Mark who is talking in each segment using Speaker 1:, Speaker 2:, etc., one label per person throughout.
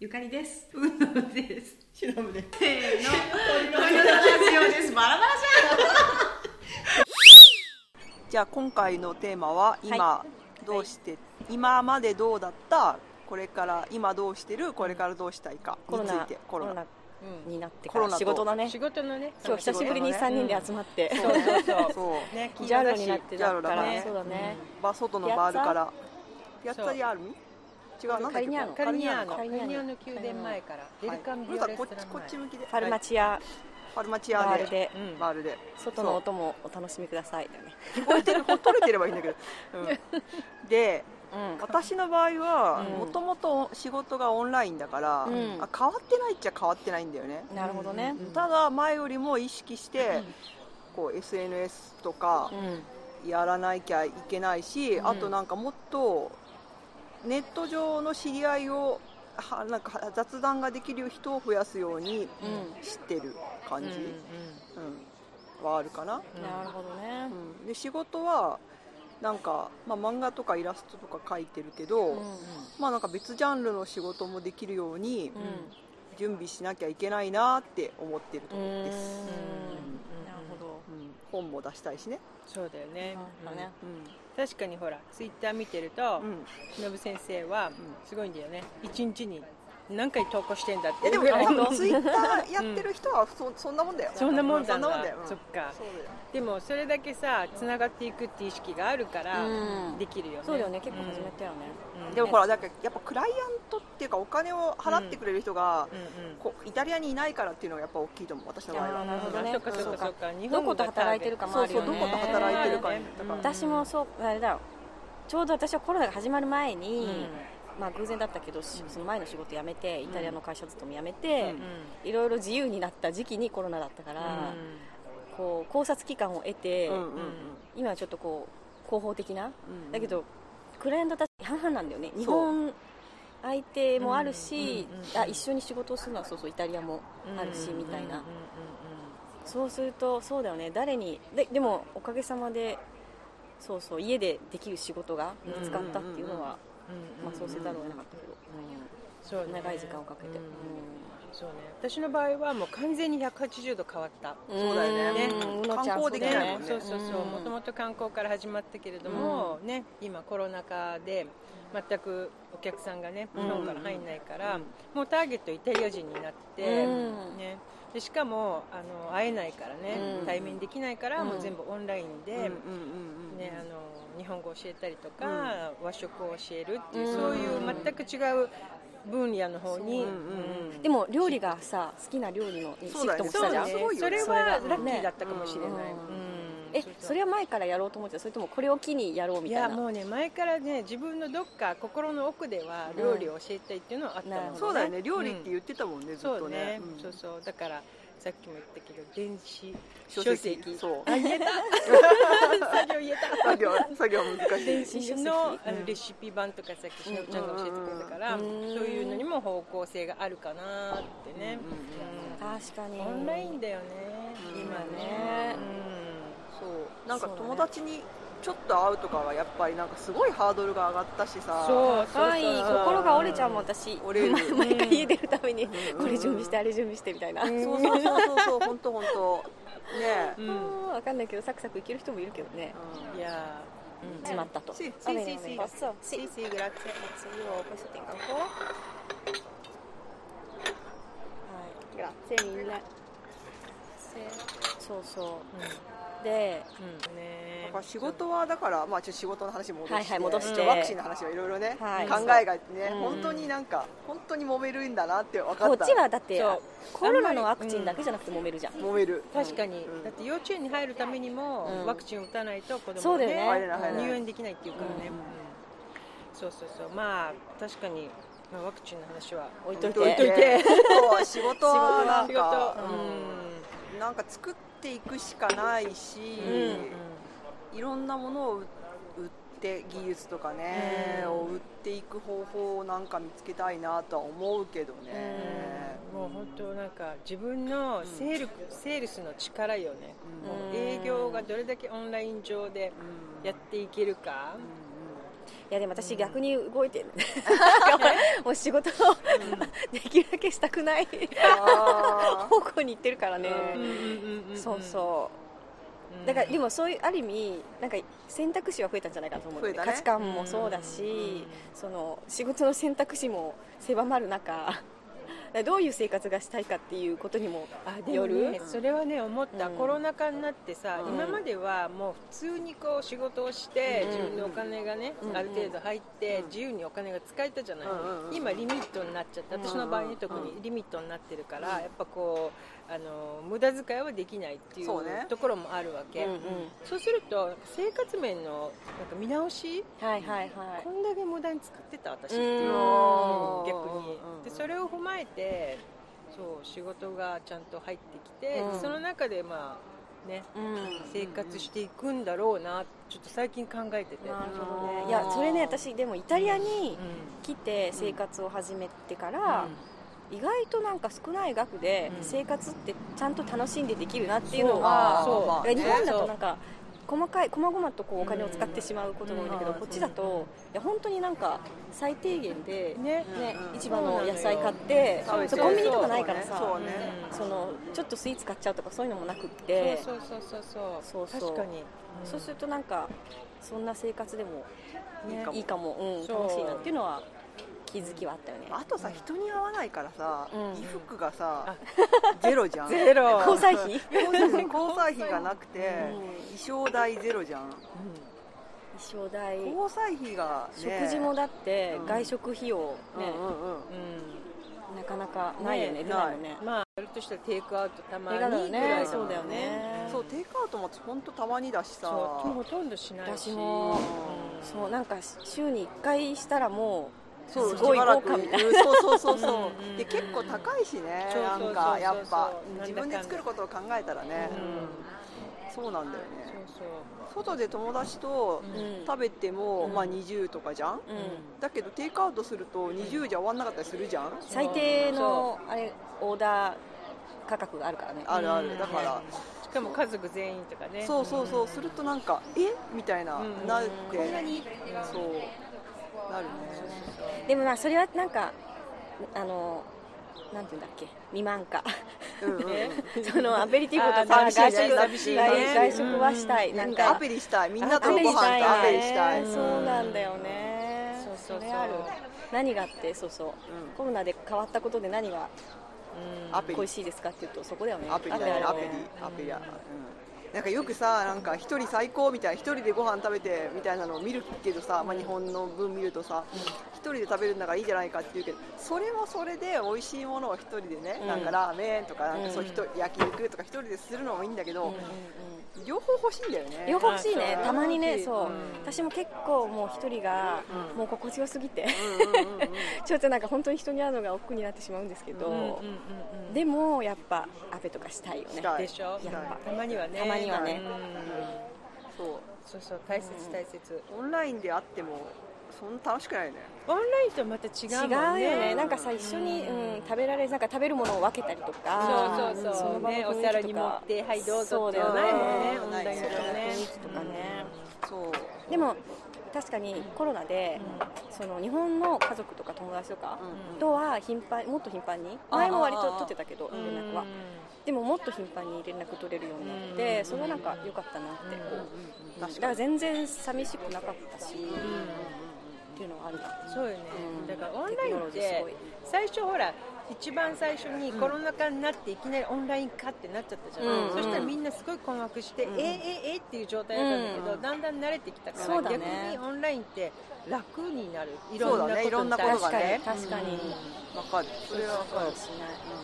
Speaker 1: ゆかりです。うのです。
Speaker 2: シナムです。
Speaker 1: せーの。トリノのラジオです。バラバラ
Speaker 2: じゃあ今回のテーマは今どうして、今までどうだったこれから今どうしてるこれからどうしたいか
Speaker 3: コ
Speaker 2: に
Speaker 3: ロ
Speaker 2: つ
Speaker 3: ナ
Speaker 2: いて
Speaker 3: コロ
Speaker 2: ナ
Speaker 3: ナになって
Speaker 2: コ
Speaker 3: か
Speaker 2: ロ
Speaker 3: ら
Speaker 2: ナと
Speaker 3: 仕事だね
Speaker 4: 仕事のね
Speaker 3: 今日久しぶりに
Speaker 2: 仕事
Speaker 3: 3
Speaker 2: ね
Speaker 3: 人で集まって、
Speaker 4: そうそうそう
Speaker 2: そう
Speaker 4: ね
Speaker 3: ジャロになって
Speaker 2: ジャロ
Speaker 3: だ
Speaker 2: だ
Speaker 3: か
Speaker 2: から
Speaker 3: ら
Speaker 2: ね
Speaker 3: そうだね、
Speaker 2: バ外のバールからやったりある違うなん
Speaker 3: カ
Speaker 2: だっけ
Speaker 3: リニャーノ
Speaker 4: カリニアーノ
Speaker 3: カ
Speaker 4: カ
Speaker 3: リ
Speaker 4: リ
Speaker 3: ニアーノ
Speaker 4: ニアーノ宮殿前からデルカンビ
Speaker 2: ル
Speaker 4: オ
Speaker 2: さ
Speaker 4: レ
Speaker 2: ん
Speaker 4: スト
Speaker 2: こっ
Speaker 4: ラ
Speaker 2: ち
Speaker 4: ン
Speaker 2: こっち
Speaker 4: 前
Speaker 2: 向きで
Speaker 3: ファルマチア
Speaker 2: ファルマチ
Speaker 3: バ
Speaker 2: ア
Speaker 3: ール
Speaker 2: で
Speaker 3: で
Speaker 4: うん
Speaker 2: バールで
Speaker 3: 外の音もお楽しみくださいだね
Speaker 2: 聞こえてるほ取れてればいいんだけど、うん、で
Speaker 3: うん
Speaker 2: 私の場合は
Speaker 3: うん
Speaker 2: もともと仕事がオンラインだから、
Speaker 3: うん
Speaker 2: あ変わってないっちゃ変わってないんだよね、
Speaker 3: なるほどね
Speaker 2: ただ前よりも意識して、こう SNS とか
Speaker 3: うん、
Speaker 2: やらなきゃいけないし、
Speaker 3: うん
Speaker 2: あとなんかもっとネット上の知り合いをはなんか雑談ができる人を増やすようにしてる感じ、うんはあるかな、
Speaker 3: なるほどね
Speaker 2: うん、で仕事はなんか、まあ、漫画とかイラストとか描いてるけど、
Speaker 3: うん
Speaker 2: まあなんか別ジャンルの仕事もできるように
Speaker 3: う
Speaker 2: 準備しなきゃいけないなって思ってるとこ
Speaker 3: ん
Speaker 2: ろ
Speaker 3: う
Speaker 2: で
Speaker 3: ん
Speaker 2: す、
Speaker 3: なるほど
Speaker 2: うん本も出したいしね、
Speaker 4: そうだよね
Speaker 3: なんかね
Speaker 2: う
Speaker 4: 確かにほらツイッター見てると
Speaker 2: んうん、
Speaker 4: 忍先生は
Speaker 2: ん
Speaker 4: すごいんだよね一日に何回投稿してんだっ
Speaker 2: え
Speaker 4: て
Speaker 2: でも
Speaker 4: ぐらい
Speaker 2: 多
Speaker 4: の
Speaker 2: 分ツイッターやってる人はそ,、そんなもんだよ
Speaker 4: そんなもん
Speaker 2: そ
Speaker 4: だ
Speaker 2: ん
Speaker 4: な
Speaker 2: なもんだよ、うん
Speaker 4: そっか
Speaker 2: そうだよ
Speaker 4: でもそれだけさつながっていくっていう意識があるから
Speaker 3: うん
Speaker 4: できるよね
Speaker 3: そうだよね結構始めたよね、
Speaker 4: うん
Speaker 2: でもほらだからやっぱクライアントっていうかお金を払ってくれる人が、
Speaker 4: うんうん
Speaker 2: こうイタリアにいないからっていうのがやっぱ大きいと思う私の場合
Speaker 3: あー
Speaker 2: は
Speaker 3: なるほどね
Speaker 4: そっかそっかそっか日
Speaker 3: どこ
Speaker 4: 本が
Speaker 3: で働いてるかも
Speaker 2: そ
Speaker 3: あ
Speaker 2: う
Speaker 3: る
Speaker 2: そ
Speaker 3: よ
Speaker 2: う
Speaker 3: ね
Speaker 2: どこで働いてるかに
Speaker 4: う
Speaker 2: だ
Speaker 4: ん
Speaker 2: から、
Speaker 3: 私もそうあれだよちょうど私はコロナが始まる前
Speaker 4: う
Speaker 3: に、
Speaker 4: ん
Speaker 3: まあ、偶然だったけど、しその前の仕事辞めてイタリアの会社勤め辞めて
Speaker 2: う、
Speaker 3: いろいろ自由になった時期にコロナだったから、こう考察期間を得て、
Speaker 2: うんうんうん
Speaker 3: 今はちょっとこう広報的な、
Speaker 2: うん
Speaker 3: だけどクライアントたち半々なんだよね日本相手もあるし、
Speaker 4: うんうんうん
Speaker 3: あ一緒に仕事をするのはそうそうイタリアもあるし、みたいな、そうするとそうだよね誰にででもおかげさまでそうそう家でできる仕事が見つかったっていうのは、まあ、そうせざるを得なかったけど、
Speaker 4: そうね
Speaker 3: 長い時間をかけて、
Speaker 4: うん
Speaker 3: うん
Speaker 4: そうね私の場合はもう完全に180度変わった
Speaker 3: そう
Speaker 2: だよね
Speaker 3: うのちゃん
Speaker 2: 観光できないもんね
Speaker 4: そうそうそうもと
Speaker 3: も
Speaker 4: もと観光から始まったけれども、ね、今コロナ禍で全くお客さんがね
Speaker 3: うん
Speaker 4: 日本から入んないから、
Speaker 2: うん
Speaker 4: もうターゲットイタリア人になって、
Speaker 3: うん
Speaker 4: ね、でしかもあの会えないからね、
Speaker 3: うん
Speaker 4: 対面できないから、
Speaker 3: うん
Speaker 4: もう全部オンライン
Speaker 2: うん
Speaker 4: で、
Speaker 2: うんうんうん
Speaker 4: ね、あの日本語を教えたりとか、和食を教えるっていう、
Speaker 3: うん
Speaker 4: そういう全く違う分野の方
Speaker 2: うんうん
Speaker 4: に。
Speaker 2: うん
Speaker 3: でも料理がさ好きな料理のシ
Speaker 2: そうだ
Speaker 3: フトも
Speaker 2: よね
Speaker 3: し
Speaker 4: そ
Speaker 3: た
Speaker 4: う
Speaker 3: じゃ
Speaker 4: だ
Speaker 3: ん
Speaker 2: す
Speaker 4: ね
Speaker 2: ごいよね
Speaker 4: それ
Speaker 3: それが
Speaker 4: はラッキーだったかもしれない、
Speaker 3: ね
Speaker 4: うん
Speaker 3: えそれは前からやろうと思ってたそれともこれを機にやろうみ
Speaker 4: い
Speaker 3: た
Speaker 4: や
Speaker 3: いな
Speaker 4: もうね前からね自分のどっか心の奥では料理を教えたいっていうのはあったの、
Speaker 3: うんなるほど
Speaker 2: そうだよね料理って言ってたもんね、ずっ
Speaker 4: そ
Speaker 2: と
Speaker 4: う
Speaker 2: ね
Speaker 4: ね、
Speaker 2: ん
Speaker 4: そうそうだからさっきも言ったけど電子
Speaker 2: 書
Speaker 4: 書
Speaker 2: 籍
Speaker 4: 籍
Speaker 2: そう
Speaker 4: あ言えた作業言え
Speaker 2: 作業作業難しい
Speaker 4: た
Speaker 3: 子書
Speaker 4: 自
Speaker 3: 籍
Speaker 4: 分のあ
Speaker 2: うん
Speaker 4: のレシピ版とかさっきしのぶちゃんが教えてくれたから、
Speaker 3: うん
Speaker 4: そういうのにも方向性があるかなってね、
Speaker 2: うんうんうん
Speaker 3: 確かに
Speaker 4: うんオンラインだよね、
Speaker 2: うん
Speaker 4: 今ね
Speaker 3: ね、
Speaker 2: そうなんか
Speaker 3: そうだね
Speaker 2: 友達にちょっと会うとかはやっぱりなんかすごいハードルが上がったしさ
Speaker 4: そうそう
Speaker 3: 高い心が折れちゃうもん私
Speaker 2: 折れる
Speaker 3: 毎回家出るために
Speaker 2: ん
Speaker 3: これ準備してあれ準備してみたいな
Speaker 2: そうそうそうそうそう本当本当ねえ
Speaker 4: う
Speaker 3: うんんわかんないけどサクサクいける人もいるけどね
Speaker 4: いやー、うん
Speaker 3: 決まったと
Speaker 2: しし
Speaker 3: あ
Speaker 4: しし
Speaker 3: ねあそうし
Speaker 4: Sì, sì, grazie.
Speaker 3: Io questo tengo ancora. Vai. Grazie mille. So so. で、
Speaker 4: うん、ね
Speaker 2: まあ仕事はだからまあちょっと仕事の話戻して,、
Speaker 3: はいはい戻して
Speaker 2: ワクチンの話はいろいろね、
Speaker 3: はい
Speaker 2: 考えがね、
Speaker 3: うん
Speaker 2: 本当になんか本当に揉めるんだなって分か
Speaker 3: こ
Speaker 2: っ
Speaker 3: ったちはだって
Speaker 4: そう
Speaker 3: コロナのワクチンだけじゃなくて揉めるじゃん。
Speaker 2: 揉める
Speaker 4: 確かに、
Speaker 2: うん
Speaker 4: だって幼稚園に入るためにも、
Speaker 3: うん
Speaker 4: ワクチンを打たないと子
Speaker 3: そう
Speaker 4: 供が
Speaker 3: だよ
Speaker 4: ね
Speaker 3: ね
Speaker 2: 入れない入れない
Speaker 4: 入園できないっていうからね、
Speaker 2: うん
Speaker 4: うんそうそうそうまあ確かに、まあ、ワクチンの話は
Speaker 3: 置いといて。
Speaker 2: 置いと いてそう仕事はなん
Speaker 4: 仕事
Speaker 2: か
Speaker 4: う
Speaker 2: なんか作っていくしかないし、
Speaker 4: んうん
Speaker 2: いろんなものを売って技術とかね、
Speaker 4: うん
Speaker 2: を売っていく方法をなんか見つけたいなとは思うけどね、
Speaker 4: もう本当なんか自分のセール、セールスの力よね、
Speaker 2: うん
Speaker 3: うん
Speaker 4: 営業がどれだけオンライン上で
Speaker 2: うん
Speaker 4: やっていけるか、
Speaker 2: うん
Speaker 3: いやでも私逆に動い てる なんかもう仕事を できるだけしたくない
Speaker 2: あ
Speaker 3: 方向に行ってるからね、そう
Speaker 4: う
Speaker 3: そ
Speaker 4: ん
Speaker 3: うだからでもそういうある意味なんか選択肢は増えたんじゃないかなと思う、
Speaker 2: 増えたね
Speaker 3: 価値観もそうだし、その仕事の選択肢も狭まる中 だからどういう生活がしたいかっていうことにも
Speaker 4: あでもね
Speaker 2: 夜
Speaker 4: それはね思った、
Speaker 3: うん
Speaker 4: コロナ禍になってさ、
Speaker 3: うん
Speaker 4: 今まではもう普通にこう仕事をして、
Speaker 3: うん
Speaker 4: 自分のお金がね、
Speaker 3: うん
Speaker 4: ある程度入って、
Speaker 2: うん
Speaker 4: 自由にお金が使えたじゃない、
Speaker 2: うんうん
Speaker 4: 今リミットになっちゃった私の場合ね特
Speaker 2: う
Speaker 4: にリミットになってるから、やっぱこうあの無駄遣いはできないっていう
Speaker 2: そうね
Speaker 4: ところもあるわけ、
Speaker 3: うんうん
Speaker 4: そうすると生活面のなんか見直し
Speaker 3: はいはいはい
Speaker 4: こんだけ無駄に使ってた私って
Speaker 3: う
Speaker 4: い
Speaker 3: ん
Speaker 4: う
Speaker 2: あー
Speaker 4: 逆に
Speaker 2: うん
Speaker 4: でそれを踏まえてそう仕事がちゃんと入ってきて、
Speaker 3: うん
Speaker 4: その中でまあね
Speaker 3: うん
Speaker 4: 生活していくんだろうなちょっと最近考えてて、
Speaker 3: なる
Speaker 2: ほ
Speaker 3: ほ
Speaker 2: ど
Speaker 3: ど
Speaker 2: ね
Speaker 3: ねいやそれね私でもイタリアに
Speaker 4: うん
Speaker 3: 来て生活を始めてから、意外となんか少ない額で
Speaker 4: うん
Speaker 3: 生活ってちゃんと楽しんでできるなっていうのは、
Speaker 4: そうまあ
Speaker 3: 日本だとなん
Speaker 4: か
Speaker 3: か細かい細々とこうお金を使ってしまうことが多いんだけど、
Speaker 2: うん
Speaker 3: こっちだといや本当になんか最低限で、ね
Speaker 4: ね
Speaker 2: うん
Speaker 3: 市場の野菜買って
Speaker 4: そうなのよ
Speaker 3: そうコンビニとかないからさ
Speaker 2: そうね
Speaker 4: うん
Speaker 3: そのちょっとスイーツ買っちゃうとかそういうのもなくって
Speaker 4: そうそうそうそう
Speaker 3: そうそう
Speaker 4: 確かに、
Speaker 3: そうするとなんかそんな生活でも
Speaker 4: ね
Speaker 3: いいかも、うん、
Speaker 4: そう
Speaker 3: 楽しいなっていうのは気づきはあったよ ね
Speaker 2: あとさ人に合わないからさ、
Speaker 3: うん
Speaker 2: 衣服がさゼロじゃん
Speaker 4: ゼロ
Speaker 3: 交際費、
Speaker 2: 交際費交際費がなくて、
Speaker 3: うん
Speaker 2: 衣装代ゼロじゃん
Speaker 3: 衣装代
Speaker 2: 交際費が、ね、
Speaker 3: 食事もだって
Speaker 2: うん
Speaker 3: 外食費用
Speaker 2: ね、
Speaker 3: ね
Speaker 2: う、んうんうん
Speaker 4: うん
Speaker 3: なかなかないよね
Speaker 4: ね
Speaker 3: 出ないよね
Speaker 4: うんまあやるとしたらテイクアウトたまに
Speaker 3: 映
Speaker 4: ぐら
Speaker 3: 画
Speaker 4: い
Speaker 3: だよね
Speaker 4: もん
Speaker 3: そうだよね
Speaker 2: そうテイクアウトも本当たまにだしさ
Speaker 4: そうほとんどしないし
Speaker 3: 私もそうなんか週に1回したらもうす
Speaker 2: そう
Speaker 3: ごい
Speaker 2: しばら
Speaker 3: 豪
Speaker 2: く
Speaker 3: 華みたいな
Speaker 2: うんそうそうそうそう
Speaker 4: うんうんうん
Speaker 2: で結構高いしね
Speaker 4: そう
Speaker 2: な
Speaker 4: そ
Speaker 2: ん
Speaker 4: うそうそう
Speaker 2: かやっぱ
Speaker 4: なんだかんだ
Speaker 2: 自分で作ることを考えたらね
Speaker 4: う、
Speaker 2: そうなんだよ
Speaker 4: そ
Speaker 2: ね
Speaker 4: うそう
Speaker 2: 外で友達と
Speaker 4: うん
Speaker 3: うん
Speaker 2: 食べても、
Speaker 4: うん
Speaker 2: まあ20とかじゃん、
Speaker 3: うん
Speaker 2: だけどテイクアウトすると20じゃ終わんなかったりするじゃん、
Speaker 3: 最低のあれオーダー価格があるからね
Speaker 2: あるあ
Speaker 4: う
Speaker 2: る
Speaker 4: ん
Speaker 2: だから、
Speaker 4: しかも家族全員とかね
Speaker 2: そうそうそうするとなんかえみたいな、
Speaker 4: うん
Speaker 2: なって
Speaker 3: こん
Speaker 2: そうなるね
Speaker 3: でもまあそれはなんかあのなんていうんだっけ未満 化
Speaker 2: うんうん
Speaker 4: ね
Speaker 3: そのアペリティブと
Speaker 2: あ
Speaker 3: か
Speaker 2: ー
Speaker 3: 外
Speaker 2: 寂
Speaker 3: 食
Speaker 2: しいね寂しい
Speaker 3: 外
Speaker 2: ね
Speaker 3: 外食はしたいなん
Speaker 2: なんかア
Speaker 3: か
Speaker 2: ペリしたいみんなとご
Speaker 3: アペリ
Speaker 2: 飯と
Speaker 3: したい
Speaker 2: アペリしたい
Speaker 3: ねそうなんだよね
Speaker 4: そうそうそう
Speaker 3: れある何があってそうそう
Speaker 2: うん
Speaker 3: コロナで変わったことで何が
Speaker 4: うん
Speaker 2: アペ
Speaker 3: 恋
Speaker 2: リ
Speaker 3: しいですかっていうとそこだよね
Speaker 2: アペリだねア
Speaker 3: あ
Speaker 2: ペ
Speaker 3: る
Speaker 2: リ
Speaker 3: よね
Speaker 2: アペリや、うん、なんかよくさなんか一人最高みたいな一人でご飯食べてみたいなのを見るけどさ、まあ、日本の分見るとさ一人で食べるんだからいいじゃないかって言うけどそれもそれで美味しいものを一人でね、
Speaker 3: うん
Speaker 2: なんかラーメンとかなんかそう
Speaker 3: うん
Speaker 2: ひと焼肉とか一人でするのもいいんだけど、
Speaker 3: うんうんうん
Speaker 2: 両方欲しいんだよね
Speaker 3: 両方欲しいね
Speaker 2: あ
Speaker 3: たまに
Speaker 2: 欲
Speaker 3: ね
Speaker 2: しい
Speaker 3: そう、
Speaker 2: うん
Speaker 3: 私も結構もう一人が
Speaker 2: うん
Speaker 3: もう心地よすぎて
Speaker 2: うんうんうんうん
Speaker 3: ちょっとなんか本当に人に会うのが億劫になってしまうんですけ
Speaker 4: うんうん
Speaker 3: ど、
Speaker 4: うんうん
Speaker 3: でもやっぱアペとかしたいよね
Speaker 2: したい
Speaker 4: でしょ
Speaker 2: したい
Speaker 3: やっぱ
Speaker 4: たまにはね
Speaker 3: たまにはね
Speaker 4: うん
Speaker 2: そう
Speaker 4: そうそう大切大切
Speaker 2: オンラインであってもそんな楽しくないね
Speaker 4: オンラインとはまた違
Speaker 3: 違
Speaker 4: う
Speaker 3: う
Speaker 4: もんね
Speaker 3: よねなんかさ一緒に、うん食べられなんか食べるものを分けたりとか
Speaker 4: そうそうそう
Speaker 3: の場の雰囲気
Speaker 4: ね
Speaker 3: とか
Speaker 4: お皿に盛ってはいどうぞってはないもんね
Speaker 2: そう
Speaker 4: オン
Speaker 2: だよね
Speaker 4: ラインだとね
Speaker 3: 雰囲気とかね、
Speaker 2: そう
Speaker 3: でも確かにコロナで、その日本の家族とか友達とかとは頻繁もっと頻繁に前も割と取ってたけど
Speaker 4: うん
Speaker 3: 連絡はでももっと頻繁に連絡取れるようになっ
Speaker 4: うんうんう
Speaker 3: て
Speaker 4: ん
Speaker 3: それはなんか良かったなって
Speaker 4: うん
Speaker 3: こう
Speaker 4: うん
Speaker 3: だ
Speaker 2: 確
Speaker 3: か
Speaker 2: からに
Speaker 3: 全然寂しくなかったしっ
Speaker 2: う
Speaker 3: ていうのはあるな
Speaker 4: そうよね
Speaker 3: うん
Speaker 4: だからオンラインっ
Speaker 3: テクノロジーす
Speaker 4: て
Speaker 3: ごい
Speaker 4: 最初ほら一番最初にコロナ禍になっていきなりオンライン化ってなっちゃったじゃない、
Speaker 3: うん
Speaker 4: そしたらみんなすごい困惑して、
Speaker 2: うん
Speaker 4: ええええっていう状態だったんだけど、
Speaker 2: うん
Speaker 4: だんだん慣れてきたから
Speaker 3: そうだね
Speaker 4: 逆にオンラインって楽になるい
Speaker 2: そう
Speaker 4: ろ
Speaker 2: だねいろん
Speaker 4: ん
Speaker 2: な
Speaker 4: な
Speaker 2: こ
Speaker 4: こと
Speaker 2: が
Speaker 4: とに対
Speaker 2: ね
Speaker 4: して
Speaker 3: 確かに確かに
Speaker 2: んわかるそれはわかる
Speaker 3: し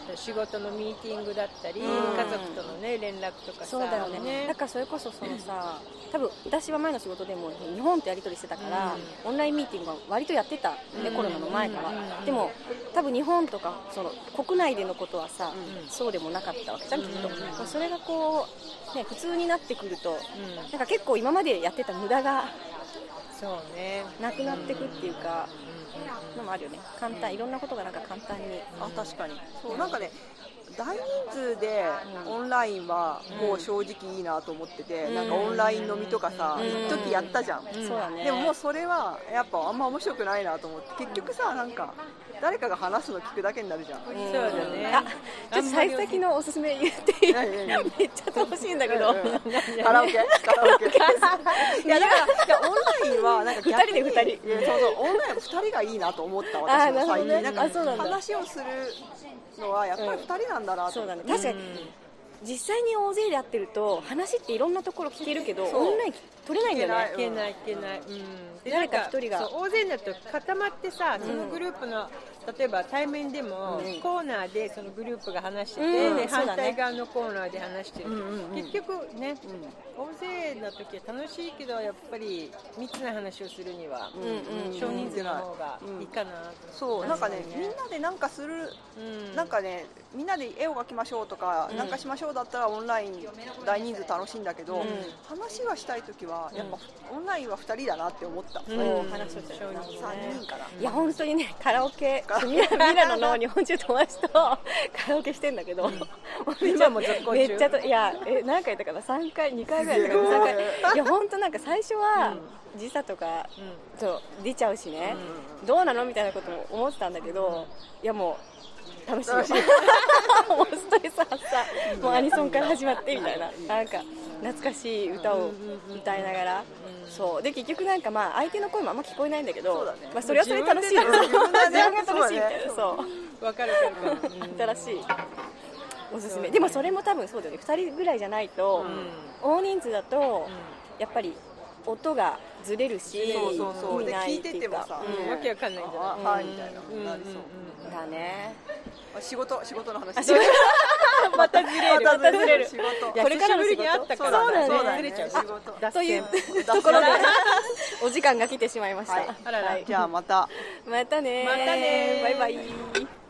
Speaker 3: ない
Speaker 4: 仕事のミーティングだったり、
Speaker 2: うん
Speaker 4: 家族との、ね、連絡とかさ
Speaker 3: そうだよねだからそれこそそのさ多分私は前の仕事でも日本とやり取りしてたからオンラインミーティングは割とやってたね
Speaker 4: うん
Speaker 3: コロナの前から
Speaker 4: うん
Speaker 3: でも多分日本とかその国内でのことはさ
Speaker 2: う
Speaker 3: そうでもなかったわけじゃんきっと
Speaker 4: うん
Speaker 3: まあそれがこうね普通になってくると
Speaker 4: うん
Speaker 3: なんか結構今までやってた無駄が
Speaker 4: そうね
Speaker 3: なくなってくっていうか、
Speaker 4: うん
Speaker 3: のもあるよね簡単いろんなことがなんか簡単に
Speaker 2: あ確かにそうなんかね大人数でオンラインはもう正直いいなと思ってて、
Speaker 3: うん
Speaker 2: なんかオンライン飲みとかさ、
Speaker 3: うん
Speaker 2: 一時やったじゃん、
Speaker 3: そうだね
Speaker 2: でももうそれはやっぱあんま面白くないなと思って結局さなんか誰かが話すの聞くだけになるじゃん
Speaker 3: う
Speaker 4: そうだね
Speaker 3: あちょっと最先のおすすめ言っていい
Speaker 2: 何何
Speaker 3: めっちゃ楽しいんだけど
Speaker 2: うんうんカラオケカラオケいやだからいやオンラインはなんか逆
Speaker 3: 二人で
Speaker 2: に
Speaker 3: 二人
Speaker 2: いやそうそうオンラインは二人がいいなと思った
Speaker 3: あー
Speaker 2: 私
Speaker 3: な
Speaker 2: も最近
Speaker 3: るほどね
Speaker 2: なん
Speaker 3: あそうなん
Speaker 2: か
Speaker 3: だ
Speaker 2: 話をするのはやっぱり二人なんだなと
Speaker 3: そうだ
Speaker 2: 思って
Speaker 3: ね確かに実際に大勢で会ってると話っていろんなところ聞けるけど
Speaker 2: そう
Speaker 3: オンライン取れないんだよね
Speaker 4: いけないいけない、うん、で
Speaker 3: 誰か
Speaker 4: なん
Speaker 3: 一人が
Speaker 4: そう大勢になると固まってさそのグループの例えば対面でも、
Speaker 3: うん
Speaker 4: コーナーでそのグループが話してて、
Speaker 3: うん
Speaker 4: で
Speaker 3: そう
Speaker 4: 反
Speaker 3: だね
Speaker 4: 対側のコーナーで話してる、
Speaker 2: うんうんうん
Speaker 4: 結局ね、大勢な時は楽しいけどやっぱり密な話をするには、
Speaker 3: うん
Speaker 4: 少人数の方がいいかなと、
Speaker 2: そうなんかねみんなでなんかするなんかねみんなで絵を描きましょうとか、なんかしましょうだったらオンライン大人数楽しいんだけど、話はしたい時はやっぱ、オンラインは2人だなって思った、
Speaker 4: うん
Speaker 3: そう
Speaker 4: うん
Speaker 3: 話をしたよね
Speaker 4: 少人数
Speaker 2: 3人から、
Speaker 3: いや本当にねカラオケミラミラノの日本中友達と カラオケしてんだけど、
Speaker 4: 今も続行中
Speaker 3: めっちゃといやえ何回やったかな3回2回ぐらいやったかな3回いや本当なんか最初は時差とか、そう出ちゃうしね、どうなのみたいなことも思ってたんだけど、いやもう 楽しいよもうストレス発散もうアニソンから始まってみたいななんか懐かしい歌を歌いながら、そうで結局なんかまあ相手の声もあんま聞こえないんだけど
Speaker 2: そうだね
Speaker 3: まあ、それはそれで楽しいよ
Speaker 2: 自分でね
Speaker 3: 自分が楽しいみたいなそう,、
Speaker 4: わかるわかるから、
Speaker 3: 新しいおすすめでもそれも多分そうだよね2人ぐらいじゃないと、大人数だと、やっぱり音がずれるし
Speaker 2: そうそうそう
Speaker 3: 意味
Speaker 2: で
Speaker 3: ない
Speaker 2: 聞
Speaker 3: っ
Speaker 2: い
Speaker 3: て
Speaker 2: て
Speaker 3: い
Speaker 2: て
Speaker 3: うか
Speaker 2: もさ、
Speaker 4: んわけわかんないんじゃない
Speaker 2: あはいみたいな、なりそう、
Speaker 3: うんだ ね
Speaker 2: あ仕事仕事の話
Speaker 3: 仕事
Speaker 2: またずれるまたずれる 仕事
Speaker 3: や
Speaker 4: これからの仕
Speaker 3: 久し
Speaker 4: 事
Speaker 3: ぶりに会った
Speaker 2: そ
Speaker 3: か
Speaker 2: う
Speaker 3: らそ
Speaker 2: だね
Speaker 3: う
Speaker 2: そう
Speaker 3: だ
Speaker 2: だ
Speaker 3: ね
Speaker 2: ね
Speaker 4: ずれちゃう
Speaker 2: 仕事
Speaker 4: 脱
Speaker 3: という
Speaker 4: 線
Speaker 3: ところで お時間が来てしまいました、
Speaker 2: はい
Speaker 4: あらら
Speaker 2: じゃあまた
Speaker 3: またねー
Speaker 4: またねー
Speaker 3: バイバイ